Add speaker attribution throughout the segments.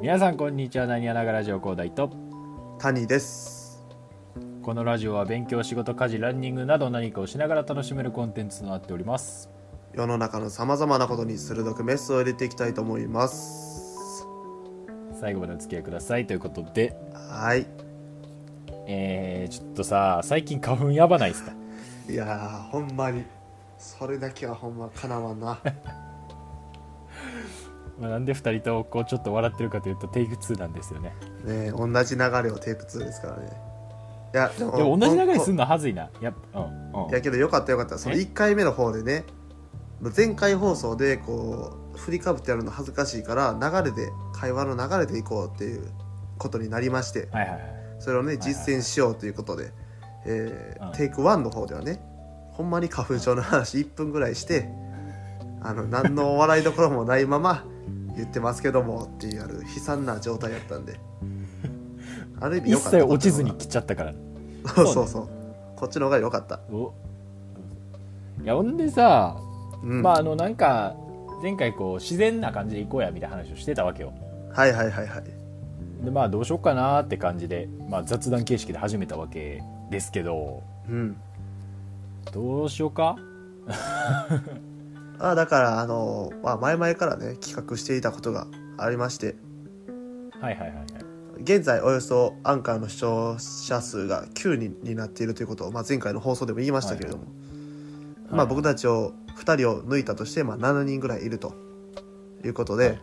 Speaker 1: 皆さんこんにちはなにわながラジオ高大と
Speaker 2: 谷です
Speaker 1: このラジオは勉強仕事家事ランニングなど何かをしながら楽しめるコンテンツとなっております
Speaker 2: 世の中のさまざまなことに鋭くメスを入れていきたいと思います
Speaker 1: 最後までお付き合いくださいということで
Speaker 2: はい
Speaker 1: えー、ちょっとさ最近花粉やばないですか
Speaker 2: いやーほんまにそれだけはほんまかなわ んな
Speaker 1: まあなんで2人ともこうちょっと笑ってるかというとテイク2なんですよね
Speaker 2: ねえ同じ流れをテイク2ですからねいやでも
Speaker 1: でも同じ流れすん
Speaker 2: の
Speaker 1: のはずいなやっぱうんうん
Speaker 2: いやけどよかったよかったその
Speaker 1: え
Speaker 2: 1回目の方でね前回放送でこう振りかぶってやるの恥ずかしいから流れで会話の流れでいこうっていうことになりまして
Speaker 1: はいはいはい
Speaker 2: それをね
Speaker 1: いはい
Speaker 2: 実践しようということで、えー
Speaker 1: うん
Speaker 2: テイク1の方ではねほんまに花粉症の話1分ぐらいしてあの何の笑いどころもないまま言ってますけどもっていうある悲惨な状態やった んである意味
Speaker 1: 一
Speaker 2: 良かった
Speaker 1: 切落ちずに来ちゃったから
Speaker 2: そうそうそうこっちの方が良かった、
Speaker 1: おいやほんでさ
Speaker 2: うん
Speaker 1: まああのなんか前回こう自然な感じで行こうやみたいな話をしてたわけよ
Speaker 2: はいはいはいはい
Speaker 1: でまあどうしようかなって感じで、まあ、雑談形式で始めたわけですけど
Speaker 2: うん
Speaker 1: どうしようか
Speaker 2: あだからあの、まあ、前々からね企画していたことがありまして
Speaker 1: はいはいはい はい
Speaker 2: 現在およそアンカーの視聴者数が9人になっているということを、まあ、前回の放送でも言いましたけれども、
Speaker 1: はい
Speaker 2: まあ、僕たちを2人を抜いたとして、まあ、7人ぐらいいるということで、
Speaker 1: はい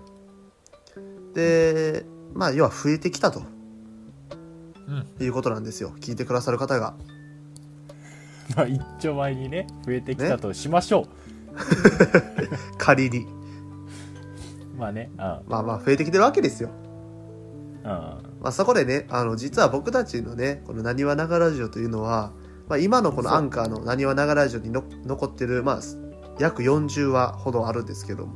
Speaker 2: で、まあ、要は増えてきたと
Speaker 1: うん
Speaker 2: いうことなんですよ聞いてくださる方が
Speaker 1: まあ一丁前にね増えてきたとしましょ
Speaker 2: 仮に
Speaker 1: う、まあねうん
Speaker 2: まあまあ増えてきてるわけですよ、
Speaker 1: うん
Speaker 2: まあ、そこでねあの実は僕たちのねこの「なにわながラジオ」というのは、まあ、今のこのアンカーの「なにわながラジオ」にの残ってる、まあ、約40話ほどあるんですけども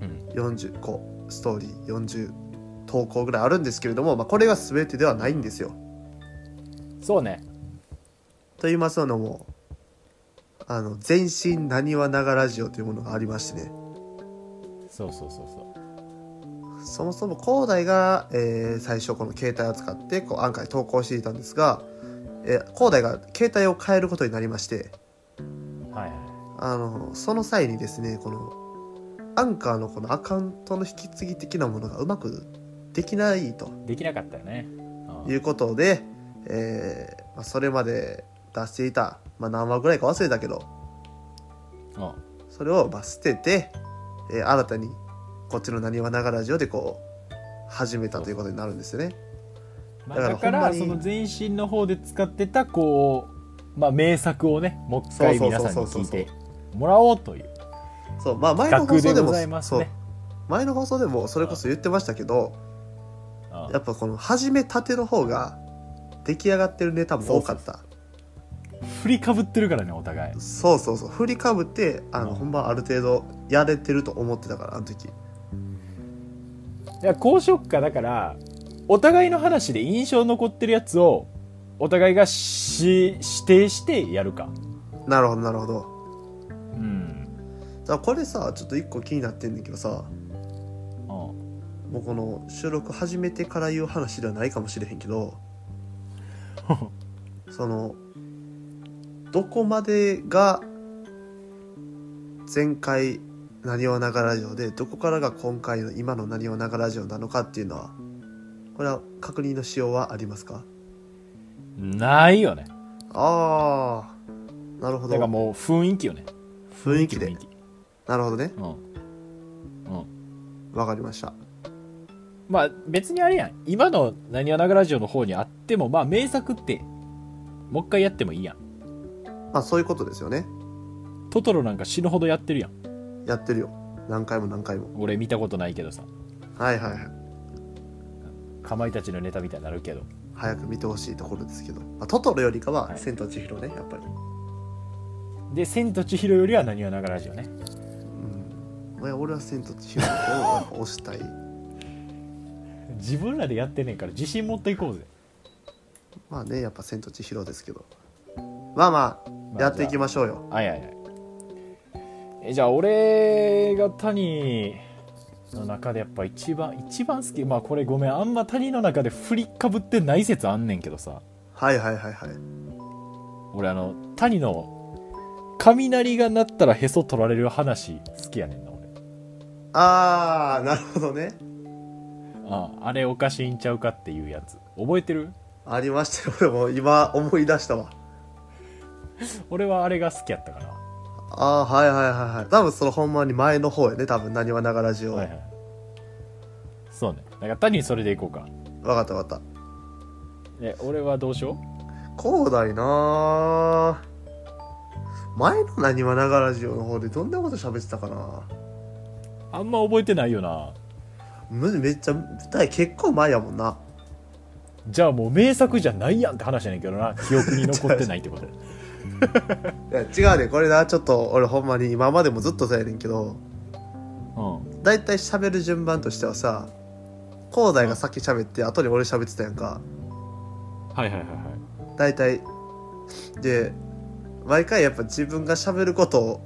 Speaker 1: うん
Speaker 2: 40個ストーリー40投稿ぐらいあるんですけれども、まあ、これが全てではないんですよ。
Speaker 1: そうね
Speaker 2: と言いますのもあの全身なにわながラジオというものがありましてね
Speaker 1: そうそうそうそ
Speaker 2: そもそも広大が、えー最初この携帯を使ってこうアンカーに投稿していたんですが、えー、広大が携帯を変えることになりまして
Speaker 1: うはいは
Speaker 2: あのその際にですねこのアンカーのこのアカウントの引き継ぎ的なものがうまくできないと。
Speaker 1: いできなかったよね、うん
Speaker 2: いうことで、えーまあ、それまで出していた、まあ、何話ぐらいか忘れたけど
Speaker 1: うん
Speaker 2: それをまあ捨てて、えー新たにこっちの「なにわながラジオ」でこう始めたということになるんですよね。
Speaker 1: まあ、
Speaker 2: だ
Speaker 1: だか
Speaker 2: からほんま
Speaker 1: ら
Speaker 2: に
Speaker 1: その前身の方で使ってたこう、まあ、名作をねもう一回
Speaker 2: そう
Speaker 1: 皆
Speaker 2: そう
Speaker 1: さん
Speaker 2: そ
Speaker 1: に
Speaker 2: うそう
Speaker 1: 聞いてもらおうという
Speaker 2: そうまあ、前の
Speaker 1: 企
Speaker 2: 放
Speaker 1: 画で
Speaker 2: 送で
Speaker 1: ご
Speaker 2: も
Speaker 1: ざいますね
Speaker 2: そう前の放送でもそれこそ言ってましたけど
Speaker 1: うん
Speaker 2: やっぱこの始めたての方が出来上がってるネタも多かった
Speaker 1: 振りかぶってるからねお互い
Speaker 2: そうそうそう振りかぶってあ
Speaker 1: うん
Speaker 2: の本番ある程度やれてると思ってたからあの時
Speaker 1: いやこうしよっかだからお互いの話で印象残ってるやつをお互いがし指定してやるか
Speaker 2: なるほどなるほど
Speaker 1: うん
Speaker 2: だからこれさちょっと一個気になってんだけどさ
Speaker 1: うん
Speaker 2: もうこの収録始めてから言う話ではないかもしれへん けどそのどこまでが前回なにわながラジオでどこからが今回の今のなにわながラジオなのかっていうのはこれは確認のしようはありますか
Speaker 1: ないよね
Speaker 2: ああなるほ
Speaker 1: だ
Speaker 2: ど
Speaker 1: からもう雰囲気よね
Speaker 2: 雰囲気で
Speaker 1: 雰囲気
Speaker 2: なるほどね
Speaker 1: うん、うん、
Speaker 2: わかりました
Speaker 1: まあ別にあれやん今の「なにわながラジオ」の方にあってもまあ名作ってもう一回やってもいいやん
Speaker 2: まあそういうことですよね
Speaker 1: トトロなんか死ぬほどやってるやん
Speaker 2: やってるよ何回も何回も
Speaker 1: 俺見たことないけどさ
Speaker 2: はいはいはい
Speaker 1: かまいたちのネタみたいになるけど
Speaker 2: 早く見てほしいところですけど、まあ、トトロよりか
Speaker 1: は
Speaker 2: はい「千と千尋」ねやっぱり、
Speaker 1: で「千と千尋」よりは「なにわながラジオ」ね
Speaker 2: うん、いや俺は「千と千尋」をや っぱ推したい
Speaker 1: 自分らでやってねえから自信持っていこうぜ
Speaker 2: まあねやっぱ「千と千尋」ですけどまあまあやっていき
Speaker 1: ま
Speaker 2: ましょうよ
Speaker 1: すはいはいはいえじゃあ俺が谷の中でやっぱ一番一番好きまあこれごめんあんま谷の中で振りかぶってない説あんねんけどさ
Speaker 2: はいはいはいはい
Speaker 1: 俺あの谷の雷が鳴ったらへそ取られる話好きやねんな俺
Speaker 2: ああなるほどね
Speaker 1: あああれおかしいんちゃうかっていうやつ覚えてる
Speaker 2: ありましたよ俺も今思い出したわ
Speaker 1: 俺はあれが好きやったかな
Speaker 2: ああはいはいはいはい多分そのほんまに前の方やね多分なにわながらじを、
Speaker 1: はいはいそうねだから谷にそれでいこうか
Speaker 2: 分かった分かっ
Speaker 1: え俺はどうしよ
Speaker 2: た広大なー前のなにわながらじをの方でどんなこと喋ってたかな
Speaker 1: うあんま覚えてないよな
Speaker 2: むめっちゃ舞台結構前やもんな
Speaker 1: じゃあもう名作じゃないやんって話やねんけど な記憶に残ってないってこと
Speaker 2: いや違うねこれなちょっと俺ほんまに今までもずっとそうやねんけど
Speaker 1: う
Speaker 2: だいたい喋る順番としてはさ広大が先喋って後に俺喋ってたやんか
Speaker 1: んはいはいはいはい
Speaker 2: 大体で毎回やっぱ自分が喋ることを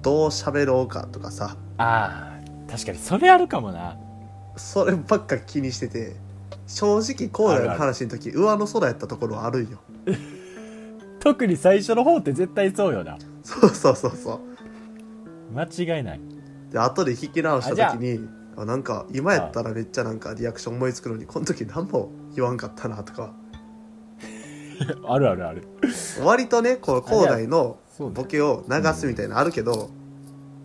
Speaker 2: どう喋ろうかとかさ
Speaker 1: ああ確かにそれあるかもな
Speaker 2: そればっか気にしてて正直コーラの話の時上の空やったところはあるんよ
Speaker 1: 特に最初の方って絶対そうよな
Speaker 2: そうそうそうそ
Speaker 1: 間違いないう
Speaker 2: で後で聞き直し
Speaker 1: あじゃ
Speaker 2: た
Speaker 1: あ
Speaker 2: 時にあなんか今やったらめっちゃなんかリアクション思いつくのにこの時何も言わんかったなとか
Speaker 1: あるあるある
Speaker 2: 割とねこう
Speaker 1: あじゃあ
Speaker 2: 広大の
Speaker 1: そうね
Speaker 2: ボケを流すみたいなのあるけど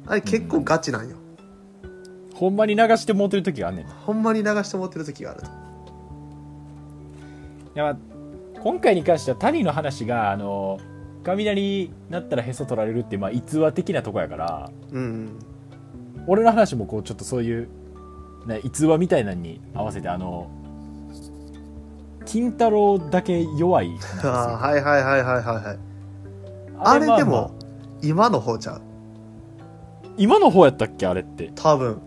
Speaker 2: あれ結構ガチなんよ
Speaker 1: ほんまに流してもうてる時があんねんい
Speaker 2: ほんまに流してもってる時があると
Speaker 1: や、まあ、今回に関しては谷の話があの雷なったらへそ取られるっていう、まあ、逸話的なとこやから
Speaker 2: うんうん
Speaker 1: 俺の話もこうちょっとそういう、ね、逸話みたいなのに合わせてあの金太郎だけ弱いなんですよ
Speaker 2: あーはいはいはいはいはいはいあれ
Speaker 1: ま
Speaker 2: で
Speaker 1: まあ
Speaker 2: も今の方ちゃう
Speaker 1: 今の方やったっけあれって
Speaker 2: 多分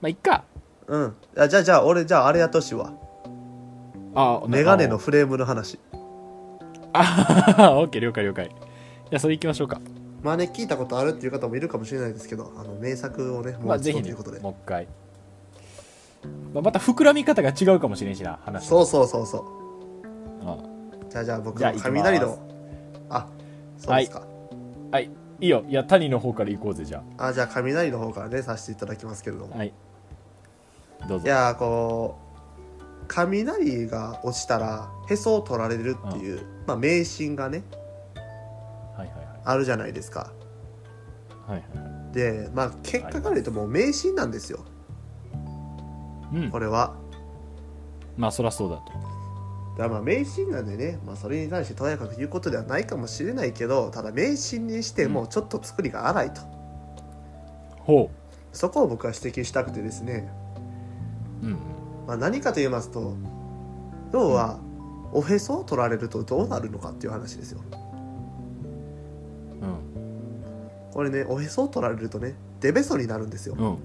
Speaker 1: まあいっか
Speaker 2: うんあじゃあじゃあ俺じゃああれやとしは
Speaker 1: あ
Speaker 2: メガネのフレームの話
Speaker 1: あオッケー了解了解じゃあそれ行きましょうか
Speaker 2: まあね聞いたことあるっていう方もいるかもしれないですけどあの名作をねも
Speaker 1: まあ
Speaker 2: う
Speaker 1: ぜ
Speaker 2: 一
Speaker 1: ひね
Speaker 2: 度ということで、
Speaker 1: もう一回、まあ、また膨らみ方が違うかもしれんしな話
Speaker 2: そうそうそうそ
Speaker 1: あ
Speaker 2: うじゃあじゃあ僕
Speaker 1: じゃあ
Speaker 2: の
Speaker 1: 行きます
Speaker 2: 雷のあそうですか、
Speaker 1: はいいいよいや谷の方から行こうぜじゃ
Speaker 2: あじゃあ雷の方からねさせていただきますけれども、
Speaker 1: あはいどう
Speaker 2: い
Speaker 1: ぞ
Speaker 2: やーこう雷が落ちたらへそを取られるっていう、まあ、迷信がね
Speaker 1: はいはいは
Speaker 2: あるじゃないですか
Speaker 1: いはいはいは
Speaker 2: でまあ結果から言うともう迷信なんですよ
Speaker 1: いうん
Speaker 2: これは
Speaker 1: まあそらそうだと
Speaker 2: だからまあ迷信なんでね、まあ、それに対してとやかく言うことではないかもしれないけどただ迷信にしてもちょっと作りが荒いと、
Speaker 1: ほ
Speaker 2: そこを僕は指摘したくてですね、
Speaker 1: ううん
Speaker 2: まあ、何かと言いますと要はおへそを取られるとどうなるのかっていう話ですよ
Speaker 1: うん
Speaker 2: これねおへそを取られるとねデベソになるんですよ、
Speaker 1: うん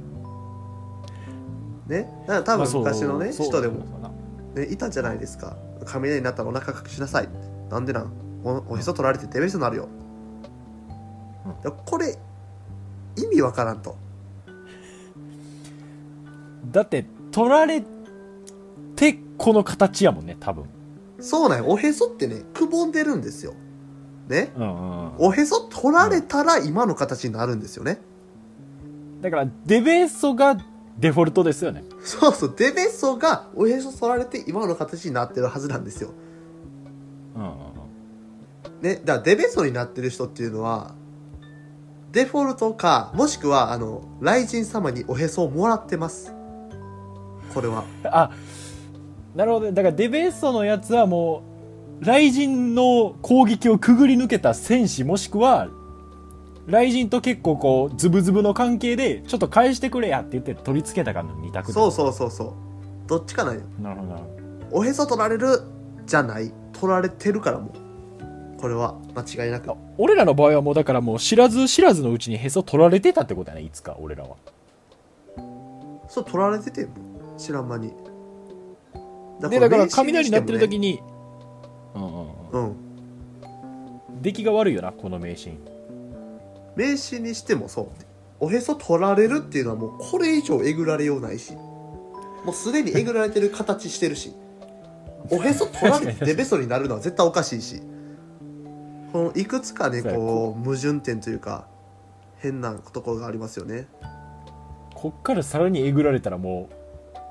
Speaker 2: ねだから多
Speaker 1: まあ
Speaker 2: 分
Speaker 1: そう
Speaker 2: 昔のね、
Speaker 1: そう
Speaker 2: 人で
Speaker 1: そ
Speaker 2: も、
Speaker 1: うだな
Speaker 2: ね、いたじゃないですか雷になったらお腹隠しなさいなんでなんおおへそ取られてデベソになるよ、
Speaker 1: うん
Speaker 2: でこれ意味わからんと
Speaker 1: だって取られてこの形やもんね多分
Speaker 2: そうなんよおへそってねくぼんでるんですよね
Speaker 1: うんうんうん
Speaker 2: おへそ取られたら今の形になるんですよね、
Speaker 1: だからデベソがデフォルトですよね
Speaker 2: そうそうデベソがおへそ取られて今の形になってるはずなんですよ
Speaker 1: うんうん
Speaker 2: ねだからデベソになってる人っていうのはデフォルトかもしくはあの雷神様におへそをもらってますこれは
Speaker 1: あなるほどだからデベソのやつはもう雷神の攻撃をくぐり抜けた戦士もしくは雷神と結構こうズブズブの関係でちょっと返してくれやって言って取り付けたかの二択
Speaker 2: そうそうそうそうどっちかなんよ
Speaker 1: うなるほどなるほど
Speaker 2: おへそ取られるじゃない取られてるからもうこれは間違いなく
Speaker 1: あ俺らの場合はもうだからもう知らず知らずのうちにへそ取られてたってことやねいつか俺らは
Speaker 2: そう取られてても知らん間にだ
Speaker 1: でだから雷鳴ってる時に、うんうんう
Speaker 2: うん
Speaker 1: ん出来が悪いよなこの迷信
Speaker 2: 迷信にしてもそうおへそ取られるっていうのはもうこれ以上えぐられようないしもうすでにえぐられてる形してるしおへそ取られてデベソになるのは絶対おかしいしこのいくつかねこう矛盾点というか変なところがありますよね
Speaker 1: こっからさらにえぐられたらもう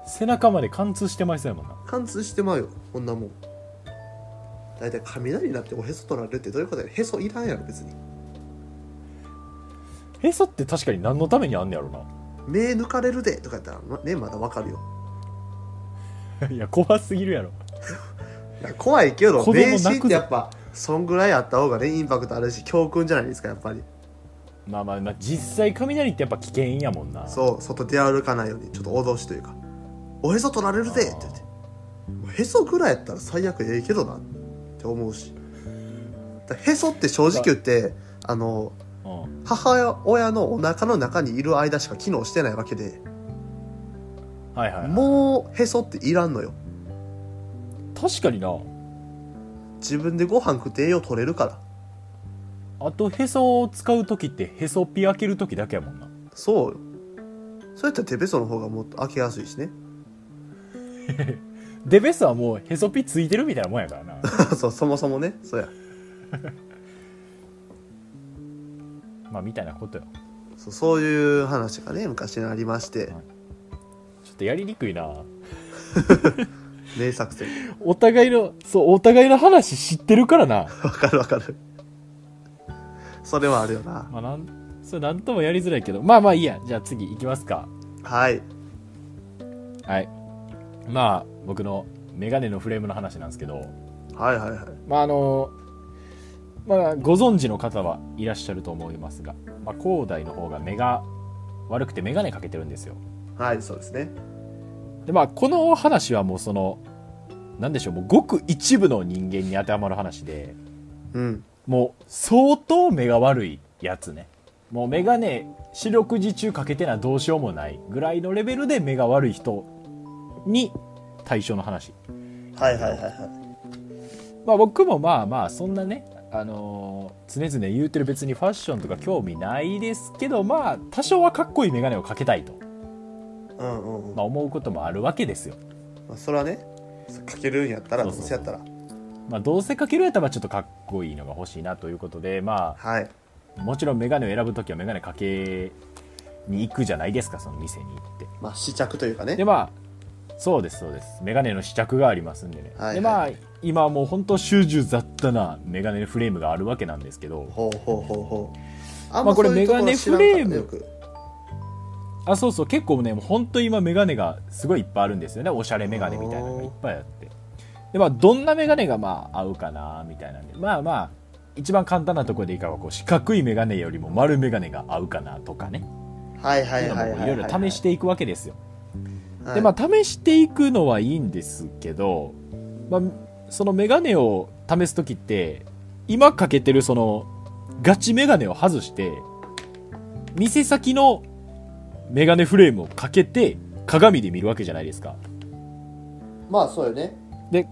Speaker 1: 背中まで貫通してまいそうやもんな
Speaker 2: 貫通してまうよこんなもん大体雷になっておへそ取られるってどういうことやへそいらんやろ別に
Speaker 1: へそって確かに何のためにあんねやろな
Speaker 2: 目抜かれるでとかやったらまねまだわかるよ
Speaker 1: いや怖すぎるやろ
Speaker 2: いや怖いけど
Speaker 1: 子供
Speaker 2: 迷
Speaker 1: 泣くぞ
Speaker 2: 信ってやっぱそんぐらいあった方がねインパクトあるし教訓じゃないですかやっぱり
Speaker 1: まあまあ、まあ、実際雷ってやっぱ危険やもんな
Speaker 2: そう外出歩かないようにちょっと脅しというか「おへそ取られるぜ!」って言ってもうへそぐらいやったら最悪ええけどなって思うしだからへそって正直言ってあの
Speaker 1: うん
Speaker 2: 母親のお腹の中にいる間しか機能してないわけで
Speaker 1: はいはい、
Speaker 2: もうへそっていらんのよ
Speaker 1: 確かにな
Speaker 2: 自分でご飯食って栄養取れるから
Speaker 1: あとへそを使う時ってへそピ開ける時だけやもんな
Speaker 2: そうよそうやったら手べその方がもっと開けやすいしね
Speaker 1: デベスはもうへそピついてるみたいなもんやからな
Speaker 2: そうそもそもねそうや
Speaker 1: まあみたいなことよ
Speaker 2: そうそういう話がね昔にありまして
Speaker 1: ちょっとやりにくいな
Speaker 2: 名作戦
Speaker 1: お互いのそうお互いの話知ってるからな
Speaker 2: わかるわかるそれはあるよな
Speaker 1: まあなんそれなんともやりづらいけどまあまあいいやじゃあ次行きますか
Speaker 2: はい
Speaker 1: はいまあ僕のメガネのフレームの話なんですけど
Speaker 2: はいはいはい
Speaker 1: まああのまあご存知の方はいらっしゃると思いますが、まあ、高台の方が目が悪くてメガネかけてるんですよ
Speaker 2: はいそうですね
Speaker 1: でまあこの話はもうそのなんでしょうもうごく一部の人間に当てはまる話で
Speaker 2: うん
Speaker 1: もう相当目が悪いやつねもう眼鏡四六時中かけてなどうしようもないぐらいのレベルで目が悪い人に対象の話
Speaker 2: はいはいはいはい
Speaker 1: まあ僕もまあまあそんなねあのー常々言うてる別にファッションとか興味ないですけどまあ多少はかっこいい眼鏡をかけたいと、
Speaker 2: うんうんうん
Speaker 1: まあ、思うこともあるわけですよ
Speaker 2: まあ、それはねかけるんやったら
Speaker 1: そ
Speaker 2: ど
Speaker 1: う
Speaker 2: う
Speaker 1: そう
Speaker 2: せやったら
Speaker 1: まあどうせかけるやったらまあちょっとかっこいいのが欲しいなということでま
Speaker 2: はい
Speaker 1: あもちろん眼鏡を選ぶ時は眼鏡かけに行くじゃないですかその店に行って
Speaker 2: まあ試着というか ね
Speaker 1: でまあそうですそうですメガネの試着がありますんでね、
Speaker 2: はい
Speaker 1: でま
Speaker 2: は
Speaker 1: あ今はもう本当集中雑多なメガネフレームがあるわけなんですけど
Speaker 2: ほうほうほうほうあ
Speaker 1: まあこれ
Speaker 2: そういうとろ
Speaker 1: メガネ
Speaker 2: 知らんからね
Speaker 1: フレーム
Speaker 2: よく
Speaker 1: あそうそう結構ねもう本当今メガネがすごいいっぱいあるんですよねおしゃれメガネみたいなのがいっぱいあってでまあどんなメガネがまあ合うかなみたいなんでまあまあ一番簡単なところでいいからこう四角いメガネよりも丸メガネが合うかなとかね
Speaker 2: はい
Speaker 1: そ
Speaker 2: は
Speaker 1: うい
Speaker 2: いう
Speaker 1: の
Speaker 2: は
Speaker 1: も
Speaker 2: いはい
Speaker 1: ろいろ試していくわけですよ
Speaker 2: はい
Speaker 1: でまあ試していくのはいいんですけど、まあ、そのメガネを試す時って今かけてるそのガチメガネを外して店先のメガネフレームをかけて鏡で見るわけじゃないですか
Speaker 2: まあそうよね
Speaker 1: で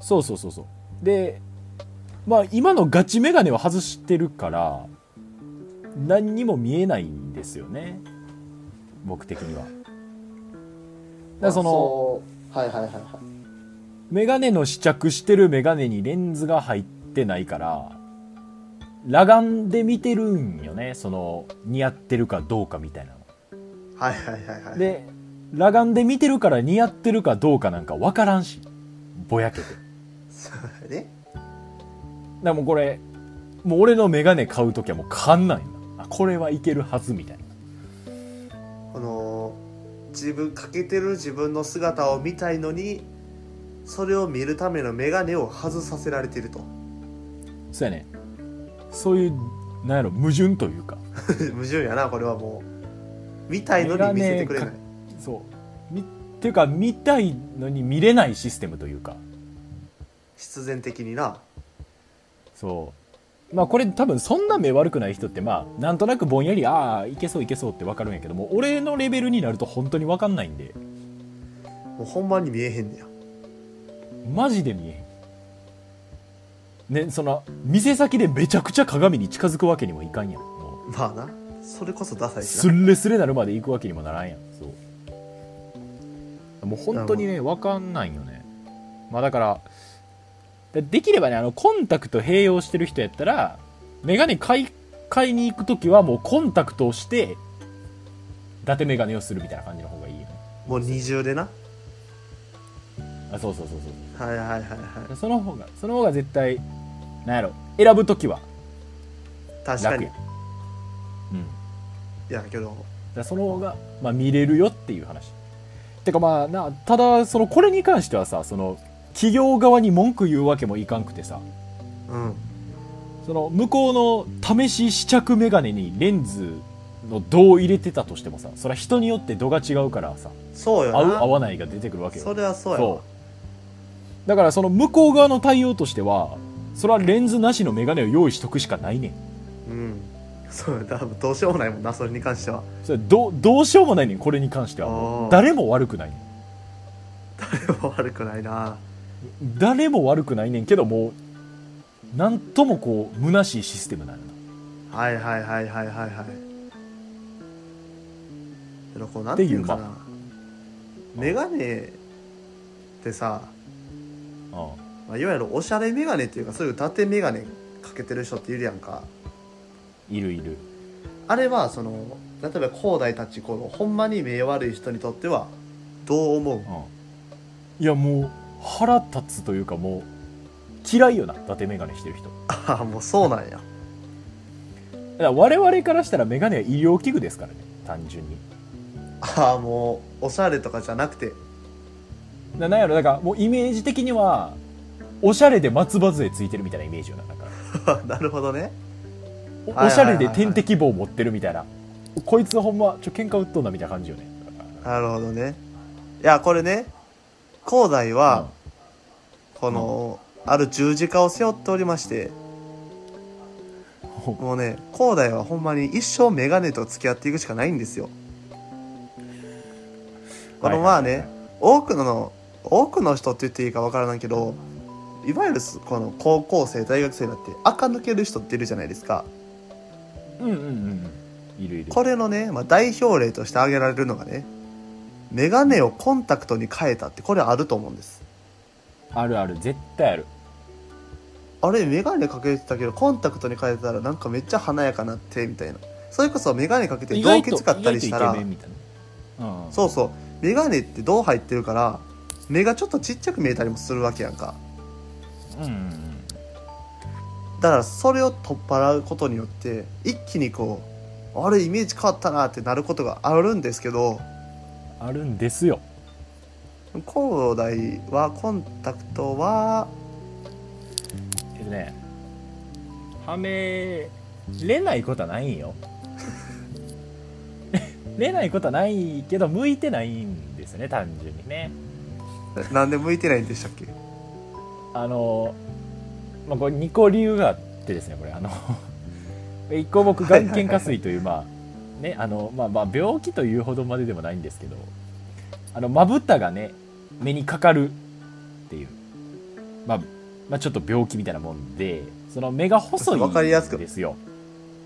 Speaker 1: そうそうそうそうでまあ今のガチメガネを外してるから何にも見えないんですよね僕的にはだからその、
Speaker 2: まあそうはいはいはいはい
Speaker 1: メガネの試着してるメガネにレンズが入ってないから、裸眼で見てるんよね。その、似合ってるかどうかみたいなの。
Speaker 2: はいはいはいはい
Speaker 1: で、裸眼で見てるから似合ってるかどうかなんかわからんし、ぼやけて。だか
Speaker 2: そうね
Speaker 1: らもうこれ、もう俺のメガネ買うときはもう勘なんよな。あ、これはいけるはずみたいな。
Speaker 2: この自分欠けてる自分の姿を見たいのにそれを見るための眼鏡を外させられていると
Speaker 1: そうやね。そういう、なんやろ、矛盾というか。
Speaker 2: 矛盾やなこれはもう見たいのに見せてくれない
Speaker 1: 眼そう。み、っていうか、見たいのに見れないシステムというか。
Speaker 2: 必然的にな
Speaker 1: そうまあこれ多分そんな目悪くない人ってまあなんとなくぼんやりああいけそういけそうって分かるんやけども俺のレベルになると本当に分かんないんで
Speaker 2: もうほんまに見えへんねや
Speaker 1: マジで見えへんねその店先でめちゃくちゃ鏡に近づくわけにもいかんやんも
Speaker 2: まあなそれこそダサいし
Speaker 1: ス
Speaker 2: な
Speaker 1: レスレなるまで行くわけにもならんやんそうもう本当にね分かんないよねまあだからでできればねあのコンタクト併用してる人やったらメガネ買い買いに行く時はもうコンタクトをして伊達メガネをするみたいな感じの方がいいよね
Speaker 2: もう二重でな
Speaker 1: あそうそうそうそ
Speaker 2: はいはいはいはいう
Speaker 1: その方がその方が絶対なんやろ選ぶ時は
Speaker 2: 確か
Speaker 1: 楽
Speaker 2: に
Speaker 1: や
Speaker 2: い
Speaker 1: うん
Speaker 2: やけど
Speaker 1: だからその方が、まあ、見れるよっていう話てかまあなただそのこれに関してはさその企業側に文句言うわけもいかんくてさ
Speaker 2: うん
Speaker 1: その向こうの試し試着メガネにレンズの度を入れてたとしてもさそれは人によって度が違うからさ
Speaker 2: そうよ
Speaker 1: 合う
Speaker 2: な
Speaker 1: 合わないが出てくるわけよ
Speaker 2: それはそうやわ
Speaker 1: そうだからその向こう側の対応としてはそれはレンズなしのメガネを用意しとくしかないねん
Speaker 2: うんそうよだからどうしようもないもんなそれに関しては
Speaker 1: それどうどうしようもないねんこれに関してはも
Speaker 2: あ
Speaker 1: う
Speaker 2: ー
Speaker 1: 誰も悪くないねん
Speaker 2: でも悪くないな
Speaker 1: 誰も悪くないねんけどもうなんともこう虚しいシステムなの
Speaker 2: はいはいはいはいはいはいけどこうなんていうかなメガネってさ、
Speaker 1: あ
Speaker 2: まあ、いわゆるおしゃれメガネっていうかそういう縦メガネかけてる人っているやんか
Speaker 1: いるいる
Speaker 2: あれはその例えば高大たちこのほんまに目悪い人にとってはどう思う
Speaker 1: あいやもう腹立つというかもう嫌いよな伊達眼鏡してる人
Speaker 2: ああもうそうなんや
Speaker 1: だから我々からしたら眼鏡は医療器具ですからね単純に
Speaker 2: ああもうおしゃれとかじゃなくて
Speaker 1: ななんやろだからもうイメージ的にはおしゃれで松葉杖ついてるみたいなイメージよななんか
Speaker 2: なるほどね
Speaker 1: おおしゃれで点滴棒持ってるみたいなこいつほんまちょ喧嘩売っとんなみたいな感じよね
Speaker 2: なるほどねいやこれね高大はこの、ある十字架を背負っておりまして
Speaker 1: ほう
Speaker 2: もうね高大はほんまに一生メガネと付き合っていくしかないんですよこのまあね多くの多くの人って言っていいかわからないけどいわゆるすこの高校生大学生だって垢抜ける人っているじゃないですか
Speaker 1: うんうんうんうんいるいる
Speaker 2: これのね、まあ、代表例として挙げられるのがねメガネをコンタクトに変えたってこれあると思うんです
Speaker 1: あるある絶対ある
Speaker 2: あれメガネかけてたけどコンタクトに変えたらなんかめっちゃ華やかなってみたいなそれこそメガネかけて動機使ったりしたら
Speaker 1: 意外とイケメンみたいな、うん、
Speaker 2: そうそうメガネって銅入ってるから目がちょっとちっちゃく見えたりもするわけやんか
Speaker 1: うんうん
Speaker 2: だからそれを取っ払うことによって一気にこうあれイメージ変わったなってなることがあるんですけど
Speaker 1: うん、あるんですよ
Speaker 2: 高大はコンタクトは
Speaker 1: えっとねはめれないことはないん よ れないことはないけど向いてないんですね単純にね
Speaker 2: なんで向いてないんでしたっけ
Speaker 1: あの、まあ、これ2個理由があってですねこれあの1個僕眼瞼下垂というまあねあのまあまあ病気というほどまででもないんですけどあのまぶたがね目にかかるっていう、まあ、まあちょっと病気みたいなもんでその目が細い
Speaker 2: わかりやすく
Speaker 1: んですよ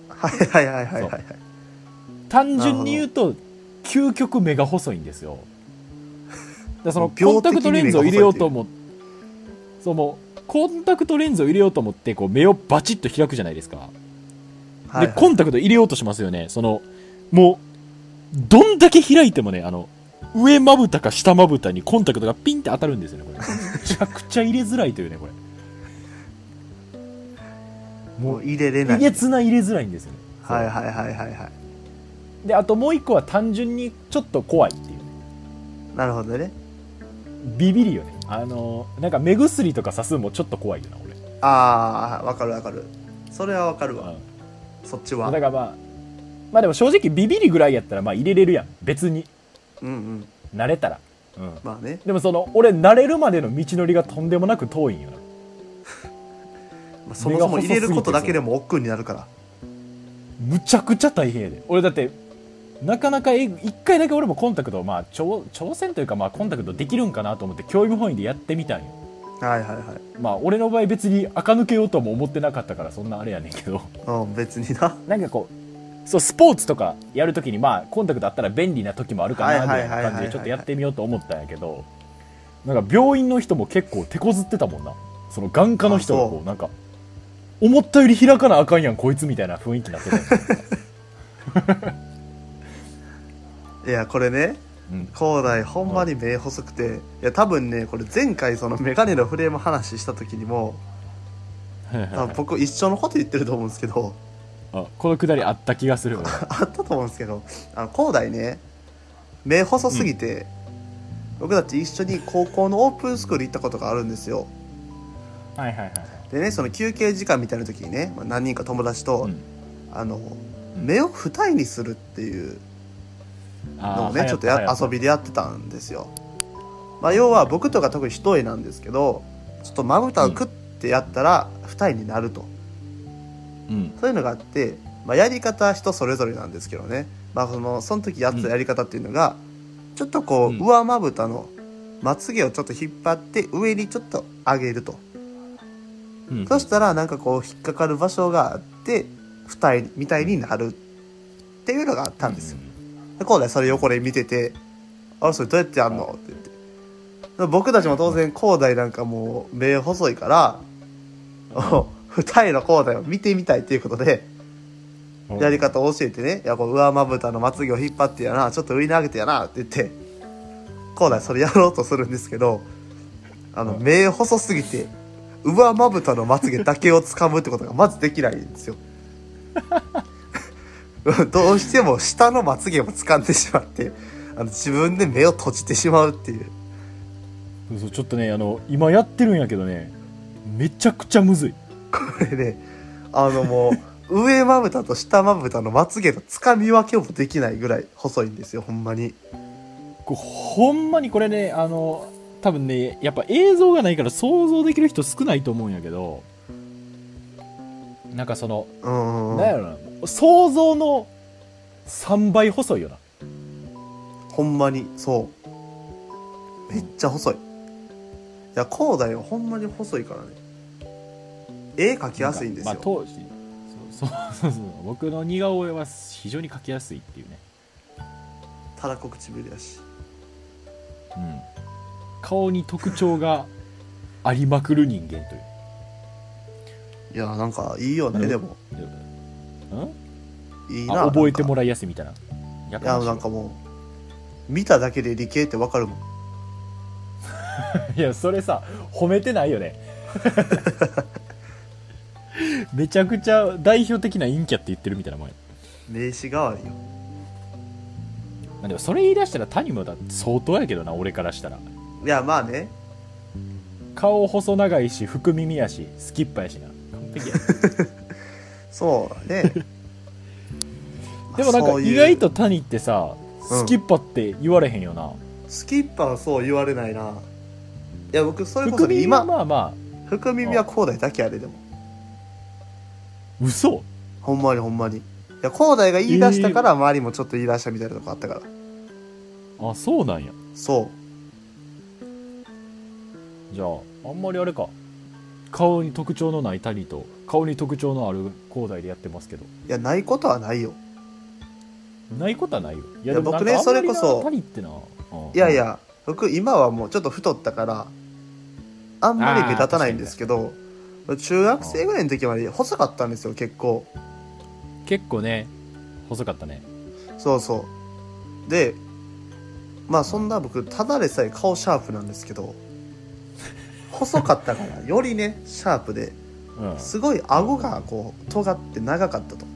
Speaker 2: はいはいはいはいはいはい
Speaker 1: 単純に言うと究極目が細いんですよだからそのコ
Speaker 2: 病
Speaker 1: ンタ
Speaker 2: 的
Speaker 1: クト
Speaker 2: に
Speaker 1: レン
Speaker 2: 目
Speaker 1: ズ
Speaker 2: が
Speaker 1: を
Speaker 2: 細
Speaker 1: 入
Speaker 2: い
Speaker 1: れようと思ってそうもうコンタクトレンズを入れようと思ってこう目をバチッと開くじゃないですか、
Speaker 2: はい
Speaker 1: でコンタクト入れようとしますよねそのもうどんだけ開いてもねあの上まぶたか下まぶたにコンタクトがピンって当たるんですよね これめちゃくちゃ入れづらいというねこれ
Speaker 2: もう入れれな
Speaker 1: 入
Speaker 2: い
Speaker 1: げつな入れづらいんですよね
Speaker 2: はいはいはいはいは
Speaker 1: であともう一個は単純にちょっと怖いっていう
Speaker 2: いなるほどね
Speaker 1: ビビるよねあのなんか目薬とかさすんもちょっと怖いよな俺
Speaker 2: ああわかるわかるそれはわかるわそっちは
Speaker 1: だからまあまあでも正直ビビりぐらいやったらまあ入れれるやん別に
Speaker 2: うんうん
Speaker 1: 慣れたら、うん、
Speaker 2: まあね
Speaker 1: でもその俺慣れるまでの道のりがとんでもなく遠いんよな
Speaker 2: まあそもそも入れることだけでも億劫になるから
Speaker 1: むちゃくちゃ大変やで俺だってなかなかえ一回だけ俺もコンタクトをまあ挑挑戦というかまあコンタクトできるんかなと思って興味本位でやってみたんよ
Speaker 2: はいはいはい
Speaker 1: まあ俺の場合別に垢抜けようとも思ってなかったからそんなあれやねんけど
Speaker 2: うん別にな
Speaker 1: なんかこうそうスポーツとかやるときにまあコンタクトあったら便利な時もあるかなみ
Speaker 2: はいは
Speaker 1: た
Speaker 2: いは
Speaker 1: い
Speaker 2: いはいは
Speaker 1: な
Speaker 2: い
Speaker 1: 感じでちょっとやってみようと思ったんやけどなんか病院の人も結構手こずってたもんなその眼科の人が
Speaker 2: あ
Speaker 1: こ
Speaker 2: そう
Speaker 1: うなんか思ったより開かなあかんやんこいつみたいな雰囲気になってたよ、
Speaker 2: いやこれね
Speaker 1: うん、
Speaker 2: 高大ほんまに目細くていや多分ねこれ前回そのメガネのフレーム話した時にも 多分僕一緒のこと言ってると思うんですけど
Speaker 1: あこのくだりあった気がするわ
Speaker 2: あったと思うんですけどあの高大ね目細すぎて、僕だって一緒に高校のオープンスクール行ったことがあるんですよ
Speaker 1: はいはいはい
Speaker 2: でねその休憩時間みたいな時にねまあ何人か友達と、
Speaker 1: うん
Speaker 2: あの目を二重にするっていうのをねちょっとや遊びでやってたんですよ、まあ、要は僕とか特に一重なんですけどちょっとまぶたをくってやったら二重になると、
Speaker 1: うん
Speaker 2: そういうのがあって、まあ、やり方は人それぞれなんですけどね、まあ、そのその時やってたやり方っていうのが、ちょっとこう、
Speaker 1: うん
Speaker 2: 上まぶたのまつげをちょっと引っ張って上にちょっと上げると、
Speaker 1: うん
Speaker 2: そしたらなんかこう引っかかる場所があって二重みたいになるっていうのがあったんですよ、で高大それ横で見てて「あれそれどうやってやんの?」って言ってで僕たちも当然高大なんかもう目細いから お二重の高大を見てみたいっていうことで
Speaker 1: うん
Speaker 2: やり方を教えてね「いやこう上まぶたのまつげを引っ張ってやなちょっと上に上げてやな」って言って高大それやろうとするんですけどあの
Speaker 1: うん
Speaker 2: 目細すぎて上まぶたのまつげだけを掴むってことがまずできないんですよ。 どうしても下のまつげを掴んでしまってあの自分で目を閉じてしまうっていう
Speaker 1: そうそうちょっとねあの今やってるんやけどねめちゃくちゃむずい
Speaker 2: これねあのもう上まぶたと下まぶたのまつげの掴み分けもできないぐらい細いんですよほんまに。
Speaker 1: これほんまにこれねあの多分ねやっぱ映像がないから想像できる人少ないと思うんやけどなんかその、
Speaker 2: うんうんうん
Speaker 1: なんやろな想像の3倍細いよな
Speaker 2: ほんまにそうめっちゃ細いいや高大はほんまに細いからね絵描きやすいんですよ、
Speaker 1: まあ、当時そうそうそうそう僕の似顔絵は非常に描きやすいっていうね、
Speaker 2: たらこ唇やし
Speaker 1: うん、顔に特徴がありまくる人間という
Speaker 2: いやなんかいいよ
Speaker 1: な
Speaker 2: ね
Speaker 1: る
Speaker 2: でも
Speaker 1: うん
Speaker 2: いい
Speaker 1: あ
Speaker 2: な
Speaker 1: 覚えても
Speaker 2: ら
Speaker 1: らいやすいみたいなや
Speaker 2: いや
Speaker 1: かましい
Speaker 2: なんかもう見ただけで理系ってわかるもん
Speaker 1: いやそれさ褒めてない よねめちゃくちゃ代表的な陰キャって言ってるみたいなもんや
Speaker 2: 名刺代わりよ
Speaker 1: まあでもそれ言い出したら谷もだって相当やけどな俺からしたら
Speaker 2: いやまあね
Speaker 1: 顔細長いし福耳やしスキッパやしな完璧や
Speaker 2: そうだね
Speaker 1: でもなん
Speaker 2: そ
Speaker 1: か
Speaker 2: ういう
Speaker 1: 意外と谷ってさ
Speaker 2: うん
Speaker 1: スキッパって言われへんよな、
Speaker 2: スキッパーはそう言われないないや僕それこそ
Speaker 1: 福耳は
Speaker 2: 今
Speaker 1: まあまあ
Speaker 2: 福耳は高大だけやででも
Speaker 1: 嘘
Speaker 2: ほんまにほんまに。いや、広大が言い出したから、周りもちょっと言い出したみたいなとこあったから。
Speaker 1: あそうなんや
Speaker 2: そ
Speaker 1: じゃああんまりあれか顔に特徴のない谷と顔に特徴のある高大でやってますけど
Speaker 2: う。いや、ないことはないよ。
Speaker 1: ないことはないよい
Speaker 2: いや
Speaker 1: でも
Speaker 2: 僕ね
Speaker 1: なんかあんまりな
Speaker 2: それこそ
Speaker 1: パリってな、うん
Speaker 2: いやいや、僕、今はもうちょっと太ったから、あんまり目立たないんですけど、中学生ぐらいの時まで細かったんですよ、結構。
Speaker 1: 結構ね細かったね
Speaker 2: そうそう。で、まあそんな僕、ただでさえ顔シャープなんですけど、細かったから、よりね、シャープで、
Speaker 1: うん
Speaker 2: すごい顎がこう、尖って長かったと。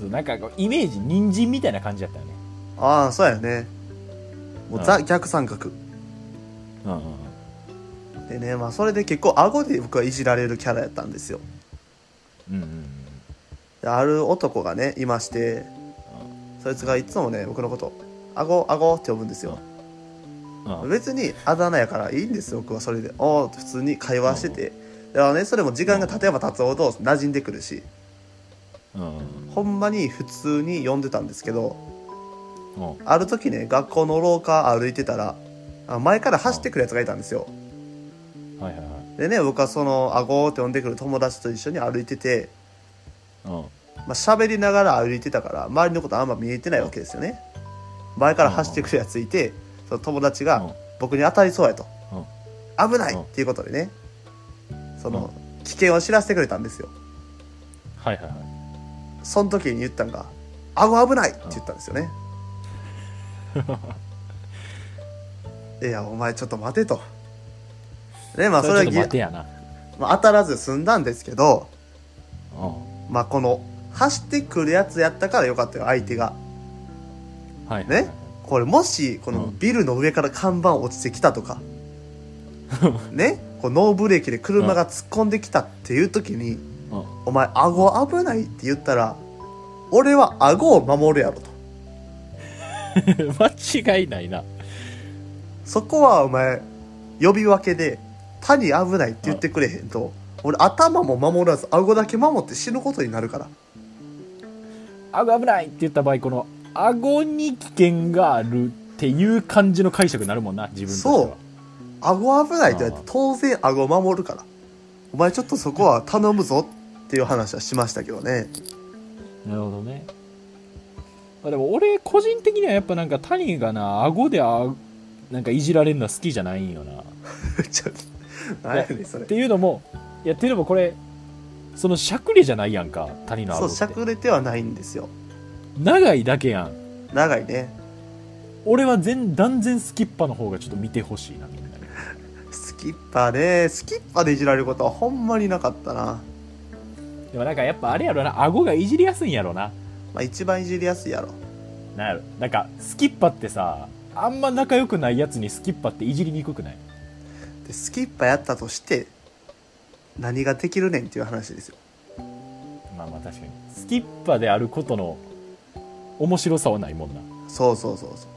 Speaker 1: そうなんかこうイメージ人参みたいな感じだったよね
Speaker 2: ああ、そうやね。もう、
Speaker 1: うん
Speaker 2: ザ逆三角。
Speaker 1: うんうん
Speaker 2: でねまあそれで結構顎で僕はいじられるキャラやったんですよ
Speaker 1: うんうん
Speaker 2: である男がねいましてそいつがいつもね僕のこと「顎顎」って呼ぶんですよ
Speaker 1: うんうん
Speaker 2: 別にあだ名やからいいんですよ僕はそれでおーって普通に会話しててだからねそれも時間が経てば経つほど馴染んでくるし
Speaker 1: うん
Speaker 2: ほんまに普通に呼んでたんですけど
Speaker 1: うん
Speaker 2: ある時ね学校の廊下歩いてたらあ前から走ってくるやつがいたんですよ
Speaker 1: はいはいはい
Speaker 2: でね僕はその「顎」って呼んでくる友達と一緒に歩いてて
Speaker 1: うん
Speaker 2: まあ、喋りながら歩いてたから周りのことあんま見えてないわけですよね前から走ってくるやついてその友達
Speaker 1: う
Speaker 2: が
Speaker 1: ん
Speaker 2: 僕に当たりそうやと
Speaker 1: うん
Speaker 2: 危ない
Speaker 1: うん
Speaker 2: っていうことでねその危険を知らせてくれたんですよ
Speaker 1: はいはいは
Speaker 2: その時に言ったんが「顎危ない!」って言ったんですよね いやお前ちょっと待てとねまあ
Speaker 1: い
Speaker 2: それは
Speaker 1: ちょっ
Speaker 2: ぎ
Speaker 1: と待てやな
Speaker 2: まあ当たらず済んだんですけど
Speaker 1: うん
Speaker 2: まあこの走ってくるやつやったからよかったよ相手が
Speaker 1: はいはいはい
Speaker 2: ねこれもしこの
Speaker 1: うん
Speaker 2: ビルの上から看板落ちてきた とか、ねこうノーブレーキで車が突っ込んできたっていう時に、
Speaker 1: うん
Speaker 2: お前顎危ないって言ったら俺は顎を守るやろと
Speaker 1: 間違いないな
Speaker 2: そこはお前呼び分けで他に危ないって言ってくれへんと、俺頭も守らず顎だけ守って死ぬことになるから
Speaker 1: 顎危ないって言った場合この顎に危険があるっていう感じの解釈になるもんな自分としては
Speaker 2: そう顎危ないって言われて当然顎を守るからお前ちょっとそこは頼むぞっていう話はしましたけどね
Speaker 1: なるほどねまあでも俺個人的にはやっぱなんか谷がな顎であなんかいじられるのは好きじゃないんよなっ
Speaker 2: ちょっと何やねんそれ
Speaker 1: ていうのもいやっていうのもこれそのしゃくれじゃないやんか谷の
Speaker 2: そ
Speaker 1: 顎
Speaker 2: う
Speaker 1: っ
Speaker 2: しゃ
Speaker 1: て
Speaker 2: くれてはないんですよ
Speaker 1: 長いだけやん
Speaker 2: 長いね
Speaker 1: 俺は全断然スキッパの方がちょっと見てほしいなみんなに
Speaker 2: スキッパねスキッパでいじられることはほんまになかったな、ま
Speaker 1: でもなんかやっぱあれやろな顎がいじりやすいんやろな
Speaker 2: あ、一番いじりやすいやろ
Speaker 1: なんやろなんかスキッパってさあんま仲良くないやつにスキッパっていじりにくくない
Speaker 2: でスキッパやったとして何ができるねんっていう話ですよ
Speaker 1: まあまあ確かにスキッパであることの面白さはないもんな
Speaker 2: そうそうそうそう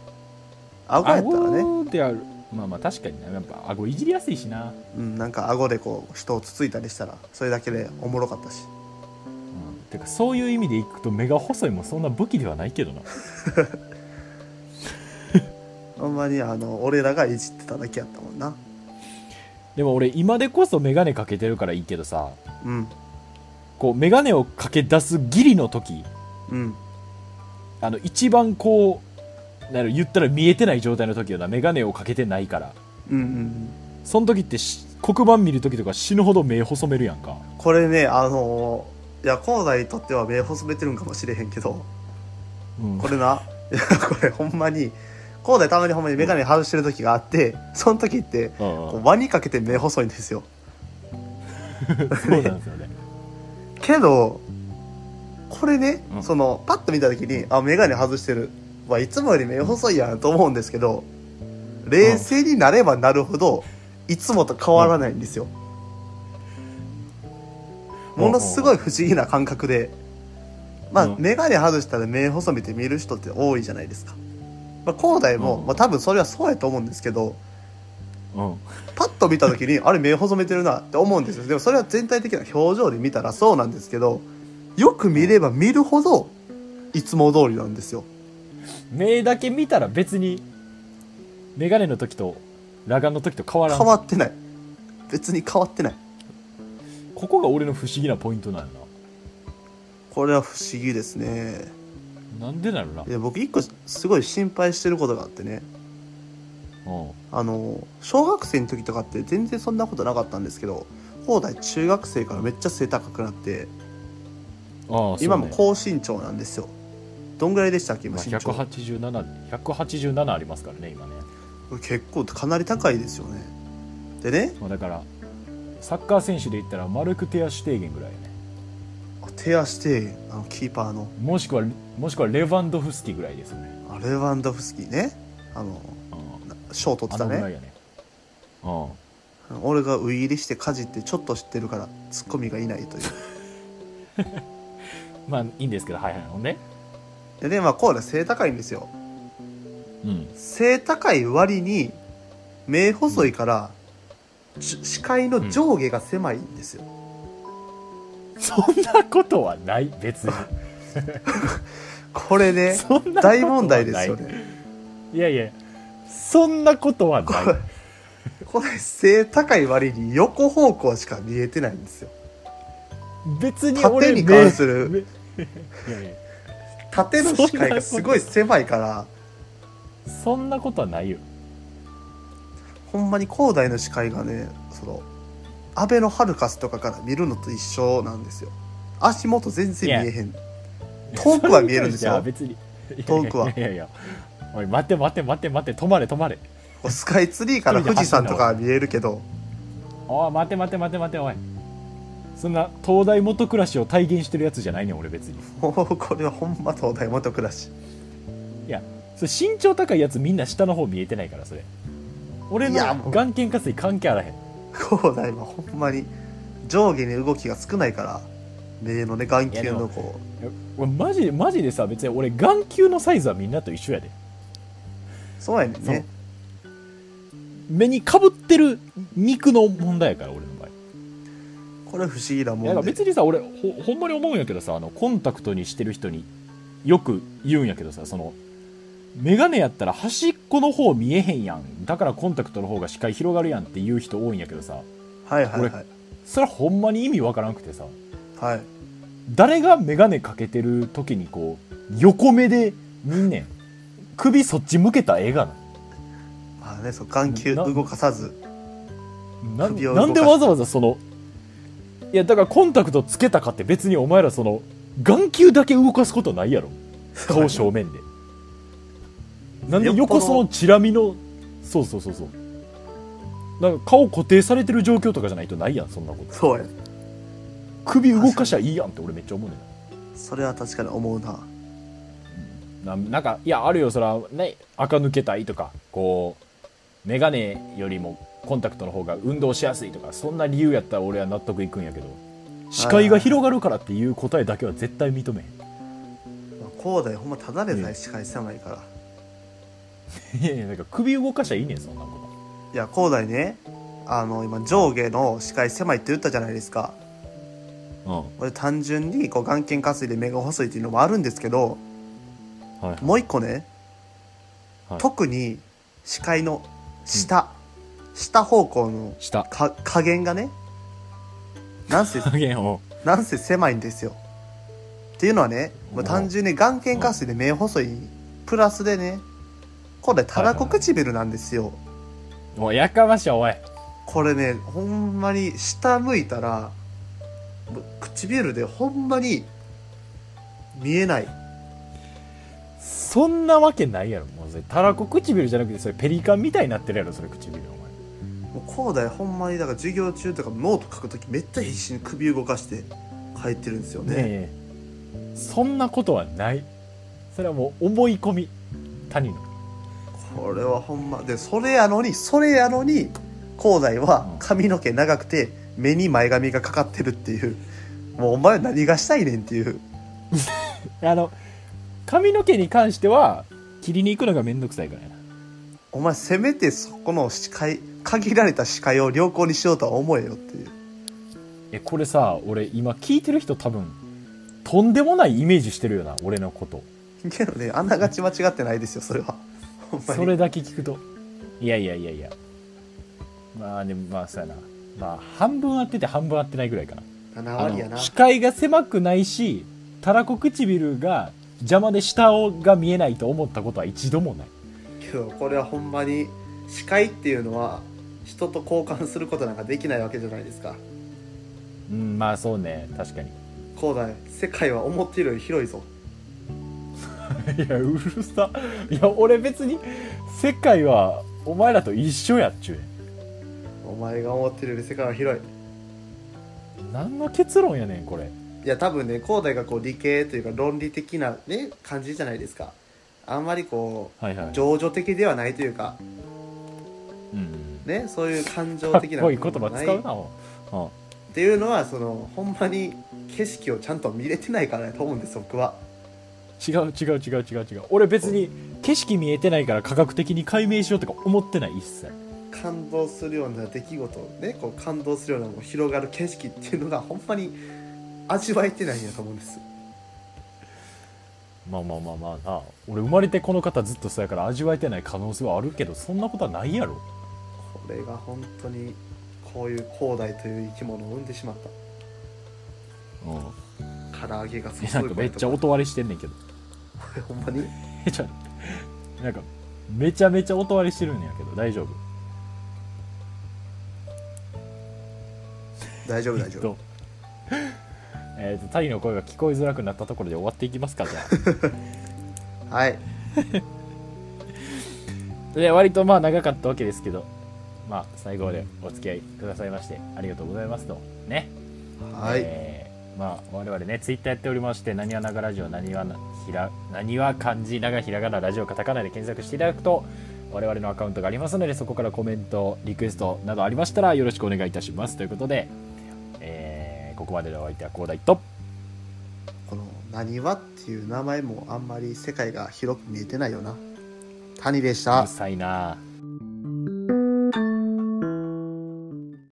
Speaker 2: 顎やったらね
Speaker 1: 顎であるまあまあ確かにねやっぱ顎いじりやすいしな、
Speaker 2: うんなんか顎でこう人をつついたりしたらそれだけでおもろかったし
Speaker 1: うん、てかそういう意味でいくと目が細いもそんな武器ではないけどな
Speaker 2: ほんまにあの俺らがいじってただけやったもんな
Speaker 1: でも俺今でこそ眼鏡かけてるからいいけどさ
Speaker 2: うん
Speaker 1: こう眼鏡をかけ出すギリの時
Speaker 2: うん
Speaker 1: あの一番こうなんやろ言ったら見えてない状態の時よな眼鏡をかけてないから
Speaker 2: うんうんうん
Speaker 1: その時ってし黒板見る時とか死ぬほど目細めるやんか
Speaker 2: これねあのーいや高台にとっては目細めてるんかもしれへんけど
Speaker 1: うん
Speaker 2: これないやこれほんまに高台たまにほんまに眼鏡外してる時があってその時って
Speaker 1: うんう
Speaker 2: こ
Speaker 1: ん
Speaker 2: う輪にかけて目細いんですよ
Speaker 1: そうなんですよね
Speaker 2: けどこれね、
Speaker 1: うん
Speaker 2: そのパッと見た時にあ眼鏡外してるはいつもより目細いやんと思うんですけど冷静になればなるほどいつもと変わらないんですよ、
Speaker 1: うん
Speaker 2: ものすごい不思議な感覚でまあ、
Speaker 1: うん
Speaker 2: 眼鏡外したら目細めて見る人って多いじゃないですか、まあ、高台も、
Speaker 1: うん
Speaker 2: まあ、多分それはそうやと思うんですけど
Speaker 1: うん
Speaker 2: パッと見た時にあれ目細めてるなって思うんですよでもそれは全体的な表情で見たらそうなんですけどよく見れば見るほどいつも通りなんですよ
Speaker 1: 目だけ見たら別に眼鏡の時と裸眼の時と変わらん
Speaker 2: 変わってない別に変わってない
Speaker 1: ここが俺の不思議なポイントなんだ
Speaker 2: これは不思議ですね
Speaker 1: なんでなのな、
Speaker 2: で僕一個すごい心配してることがあってね
Speaker 1: うん
Speaker 2: あの小学生の時とかって全然そんなことなかったんですけど高台中学生からめっちゃ背高くなって
Speaker 1: ああ
Speaker 2: 今も
Speaker 1: こ
Speaker 2: 高身長なんですよどんぐらいでしたっけ
Speaker 1: う、
Speaker 2: 今
Speaker 1: まあ、
Speaker 2: 身長
Speaker 1: 187 187ありますからね今ね、
Speaker 2: 結構かなり高いですよねでね
Speaker 1: まあ、だからサッカー選手で言ったらマルク・テア・シュテーゲンぐらいやね
Speaker 2: 手足してあのキーパーの
Speaker 1: もしくはもしくはレバンドフスキぐらいですよね、
Speaker 2: あレワンドフスキーねあの
Speaker 1: うん
Speaker 2: 賞取
Speaker 1: あ
Speaker 2: ってた
Speaker 1: のぐらい
Speaker 2: ね
Speaker 1: やねうん
Speaker 2: 俺がウイ入りしてかじってちょっと知ってるからツッコミがいないという
Speaker 1: まあいいんですけどはいはいほんで
Speaker 2: でねまあコーラ背高いんですよ
Speaker 1: うん
Speaker 2: 背高い割に目細いから、じ視界の上下が狭いんですよ、
Speaker 1: そんなことはない別に
Speaker 2: これ ね
Speaker 1: そんなことはない
Speaker 2: 大問題ですよね
Speaker 1: いやいやそんなことはない
Speaker 2: これ背高い割に横方向しか見えてないんですよ
Speaker 1: 別に
Speaker 2: 縦
Speaker 1: 俺
Speaker 2: に関する
Speaker 1: 目いやいや
Speaker 2: 縦の視界がすごい狭いから
Speaker 1: そんなことはないよ
Speaker 2: ほんまに広大の視界がねその安倍のハルカスとかから見るのと一緒なんですよ足元全然見えへん遠くは見えるんです
Speaker 1: いや
Speaker 2: よ
Speaker 1: 別に
Speaker 2: 遠くはい
Speaker 1: やいやいやおい待って待って待って待って止まれ止まれ
Speaker 2: こうスカイツリーから富士山とかは見えるけど
Speaker 1: おい待て待て待て待ておいそんな東大元暮らしを体現してるやつじゃないねん俺別に
Speaker 2: もうこれはほんま東大元暮らし
Speaker 1: いやそれ身長高いやつみんな下の方見えてないからそれ俺
Speaker 2: い
Speaker 1: の
Speaker 2: やもう
Speaker 1: 眼鏡下垂関係あらへん
Speaker 2: 広大はほんまに上下に動きが少ないから目のね眼球のこう
Speaker 1: いや俺マジでマジでさ別に俺眼球のサイズはみんなと一緒やで
Speaker 2: そうやねんね
Speaker 1: 目にかぶってる肉の問題やから俺の場合
Speaker 2: これ不思議な
Speaker 1: や
Speaker 2: い
Speaker 1: だか
Speaker 2: も
Speaker 1: ら
Speaker 2: んで
Speaker 1: 別にさ俺ほほんまに思うんやけどさあのコンタクトにしてる人によく言うんやけどさその眼鏡やったら端っこの方見えへんやんだからコンタクトの方が視界広がるやんって言う人多いんやけどさ
Speaker 2: はいはいはい
Speaker 1: それはほんまに意味わからなくてさ
Speaker 2: はい
Speaker 1: 誰が眼鏡かけてる時にこう横目で見んねん首そっち向けた絵がな
Speaker 2: まあねそう眼球動かさず
Speaker 1: な
Speaker 2: 首を
Speaker 1: な
Speaker 2: 動かす
Speaker 1: んでわざわざそのいやだからコンタクトつけたかって別にお前らその眼球だけ動かすことないやろ顔正面でなんで横そのチラ見のそうそうそうそうなんか顔固定されてる状況とかじゃないとないやんそんなこと
Speaker 2: そうや
Speaker 1: 首動かしゃいいやんって俺めっちゃ思うねん
Speaker 2: それは確かに思うな
Speaker 1: ななんかいやあるよそらね垢抜けたいとかこう眼鏡よりもコンタクトの方が運動しやすいとかそんな理由やったら俺は納得いくんやけど視界が広がるからっていう答えだけは絶対認め
Speaker 2: まあ広大ほんまただでさえ視界狭いから、
Speaker 1: へん いやいやなんか首動かしゃいいねんそんなこ
Speaker 2: いや広大ねあの今上下の視界狭いって言ったじゃないですか
Speaker 1: と
Speaker 2: 俺単純にこう眼瞼下垂で目が細いっていうのもあるんですけど
Speaker 1: うんはい
Speaker 2: もう一個ね、
Speaker 1: はい
Speaker 2: 特に視界の下、下方向の
Speaker 1: 下
Speaker 2: か加減がねなん せ
Speaker 1: 加減を
Speaker 2: なんせ狭いんですよっていうのはね、まあ、
Speaker 1: お
Speaker 2: 単純に眼瞼下垂で目細いプラスでねこれたらこ唇なんですよ、
Speaker 1: もうやかましいわおい
Speaker 2: これねほんまに下向いたらもう唇でほんまに見えない
Speaker 1: そんなわけないやろもうそれたらこ唇じゃなくてそれペリカンみたいになってるやろそれ唇お前
Speaker 2: もう広大ほんまにだから授業中とかノート書く時めっちゃ必死に首動かして書いてるんですよ
Speaker 1: ね
Speaker 2: ね
Speaker 1: えそんなことはないそれはもう思い込み谷の
Speaker 2: これはほんまでそれやのにそれやのに広大は髪の毛長くて目に前髪がかかってるっていうもうお前何がしたいねんっていう
Speaker 1: あの髪の毛に関しては切りに行くのがめんどくさいからやな
Speaker 2: お前せめてそこの視界限られた視界を良好にしようとは思えよっていう
Speaker 1: えこれさ俺今聞いてる人多分とんでもないイメージしてるよな俺のこと
Speaker 2: けどねあながち間違ってないですよそれはほんまに
Speaker 1: それだけ聞くといやいやいやいやまあでもまあそうやなまあ半分合ってて半分合ってないぐらいかな
Speaker 2: 7
Speaker 1: あ
Speaker 2: 割やな
Speaker 1: の視界が狭くないしたらこ唇が邪魔で下をが見えないと思ったことは一度もない
Speaker 2: けどこれはほんまに視界っていうのは人と交換することなんかできないわけじゃないですか
Speaker 1: うんまあそうね確かに
Speaker 2: 広大世界は思っているより広いぞ
Speaker 1: いやうるさいや俺別に世界はお前らと一緒やっちゅうね
Speaker 2: お前が思ってるより世界は広い
Speaker 1: ん何の結論やねんこれ
Speaker 2: いや多分ね広大がこう理系というか論理的なね感じじゃないですかあんまりこ
Speaker 1: はいは
Speaker 2: う情緒的ではないというか
Speaker 1: うん
Speaker 2: ねそういう感情
Speaker 1: かっ
Speaker 2: 的な
Speaker 1: こいい
Speaker 2: 部
Speaker 1: 言
Speaker 2: 分
Speaker 1: 葉
Speaker 2: がない
Speaker 1: 使うなもう、うん
Speaker 2: っていうのはそのほんまに景色をちゃんと見れてないからやと思うんです僕は
Speaker 1: 違う違う違う違う違う俺別に景色見えてないから科学的に解明しようとか思ってない一切
Speaker 2: 感動するような出来事ねこう感動するようなもう広がる景色っていうのがほんまに味わえてないんやと思うんです
Speaker 1: まあまあまあまあな俺生まれてこの方ずっとそうやから味わえてない可能性はあるけどそんなことはないやろ
Speaker 2: これが本当にこういう広大という生き物を生んでしまっ
Speaker 1: うん
Speaker 2: た唐揚げがす
Speaker 1: なんかめっちゃ
Speaker 2: 音
Speaker 1: 音割れしてんねんけど
Speaker 2: ほんまに
Speaker 1: ちょっとなんかめちゃめちゃ音割れしてるんやけど大丈夫
Speaker 2: 大丈夫大丈夫
Speaker 1: とえーとタイの声が聞こえづらくなったところで終わっていきますかじゃあ
Speaker 2: はい
Speaker 1: で割とまあ長かったわけですけどまあ最後までお付き合いくださいましてありがとうございますとね
Speaker 2: はい
Speaker 1: えーまあ我々ねツイッターやっておりましてなにわながラジオなにわなひらなにわ漢字ながひらがなラジオカタカナで検索していただくと我々のアカウントがありますのでそこからコメントリクエストなどありましたらよろしくお願いいたしますということで、えーここまでのお相手は広大と
Speaker 2: この「なにわ」っていう名前もあんまり世界が広く見えてないよな谷でし
Speaker 1: う
Speaker 2: た
Speaker 1: るさいなあ